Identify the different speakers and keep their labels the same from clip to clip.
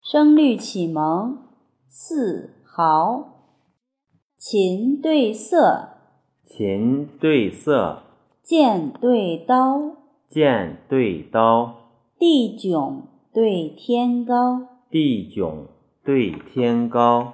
Speaker 1: 声律启蒙四豪，琴对瑟，
Speaker 2: 琴对瑟，
Speaker 1: 剑对刀，
Speaker 2: 剑对刀，
Speaker 1: 地迥对天高，
Speaker 2: 地迥对天高，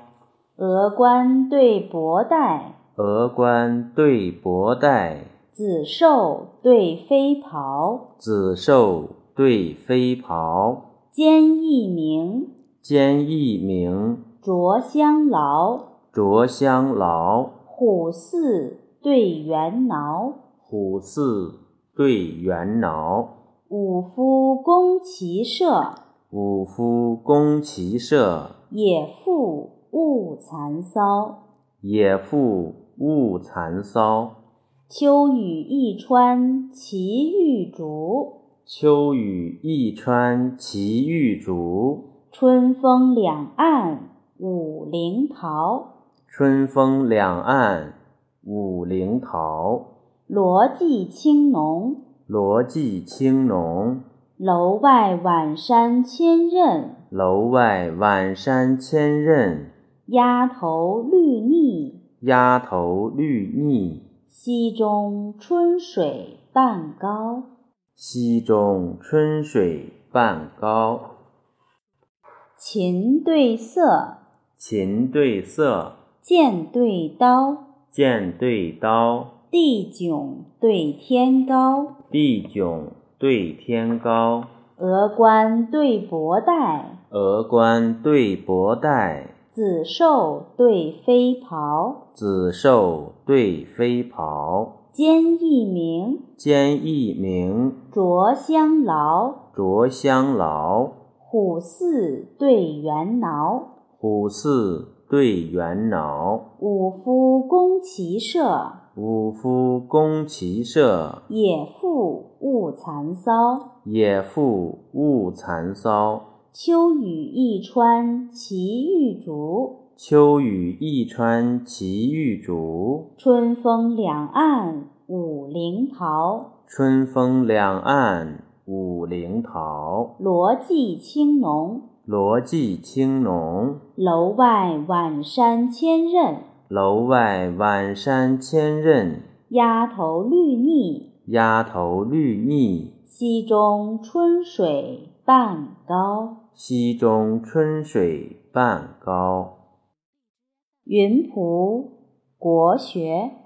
Speaker 1: 峨冠对博带，
Speaker 2: 峨冠对博带，
Speaker 1: 紫兽对飞袍，
Speaker 2: 紫兽对飞袍，
Speaker 1: 兼一鸣，
Speaker 2: 兼一鸣，
Speaker 1: 卓相劳，
Speaker 2: 卓相劳，
Speaker 1: 虎四对猿猱，
Speaker 2: 虎四对猿猱，
Speaker 1: 五夫攻其射，
Speaker 2: 五夫攻其射，
Speaker 1: 野妇勿蚕骚。
Speaker 2: 野妇勿蚕骚。
Speaker 1: 秋雨一川奇玉竹，
Speaker 2: 秋雨一川奇玉竹，
Speaker 1: 春风两岸五陵桃。
Speaker 2: 春风两岸五陵桃。
Speaker 1: 罗髻青浓，
Speaker 2: 罗髻青浓，
Speaker 1: 楼外晚山千仞。
Speaker 2: 楼外晚山千仞。
Speaker 1: 丫头绿腻，
Speaker 2: 丫头绿腻，
Speaker 1: 溪中春水半高。
Speaker 2: 溪中春水半高。
Speaker 1: 琴对瑟，
Speaker 2: 琴对瑟，
Speaker 1: 剑对刀，
Speaker 2: 剑对刀，
Speaker 1: 地迥对天高，
Speaker 2: 地迥对天高，
Speaker 1: 峨冠对博带，
Speaker 2: 峨冠对博带，
Speaker 1: 紫兽对飞袍，
Speaker 2: 紫兽对飞袍，
Speaker 1: 兼一鸣，
Speaker 2: 兼一鸣，
Speaker 1: 卓相劳，
Speaker 2: 卓相劳，
Speaker 1: 虎四对猿猱，
Speaker 2: 虎四对猿猱，
Speaker 1: 五夫攻其射，
Speaker 2: 五夫攻其射，
Speaker 1: 野妇勿蚕骚。
Speaker 2: 野妇勿蚕骚。
Speaker 1: 秋雨一川奇玉竹，
Speaker 2: 秋雨一川奇玉竹，
Speaker 1: 春风两岸五陵桃。
Speaker 2: 春风两岸五陵桃。
Speaker 1: 罗髻青浓，
Speaker 2: 罗髻青浓，
Speaker 1: 楼外晚山千仞。
Speaker 2: 楼外晚山千仞。
Speaker 1: 丫头绿腻，
Speaker 2: 丫头绿腻，
Speaker 1: 溪中春水半高。
Speaker 2: 溪中春水半高。
Speaker 1: 云浦国学。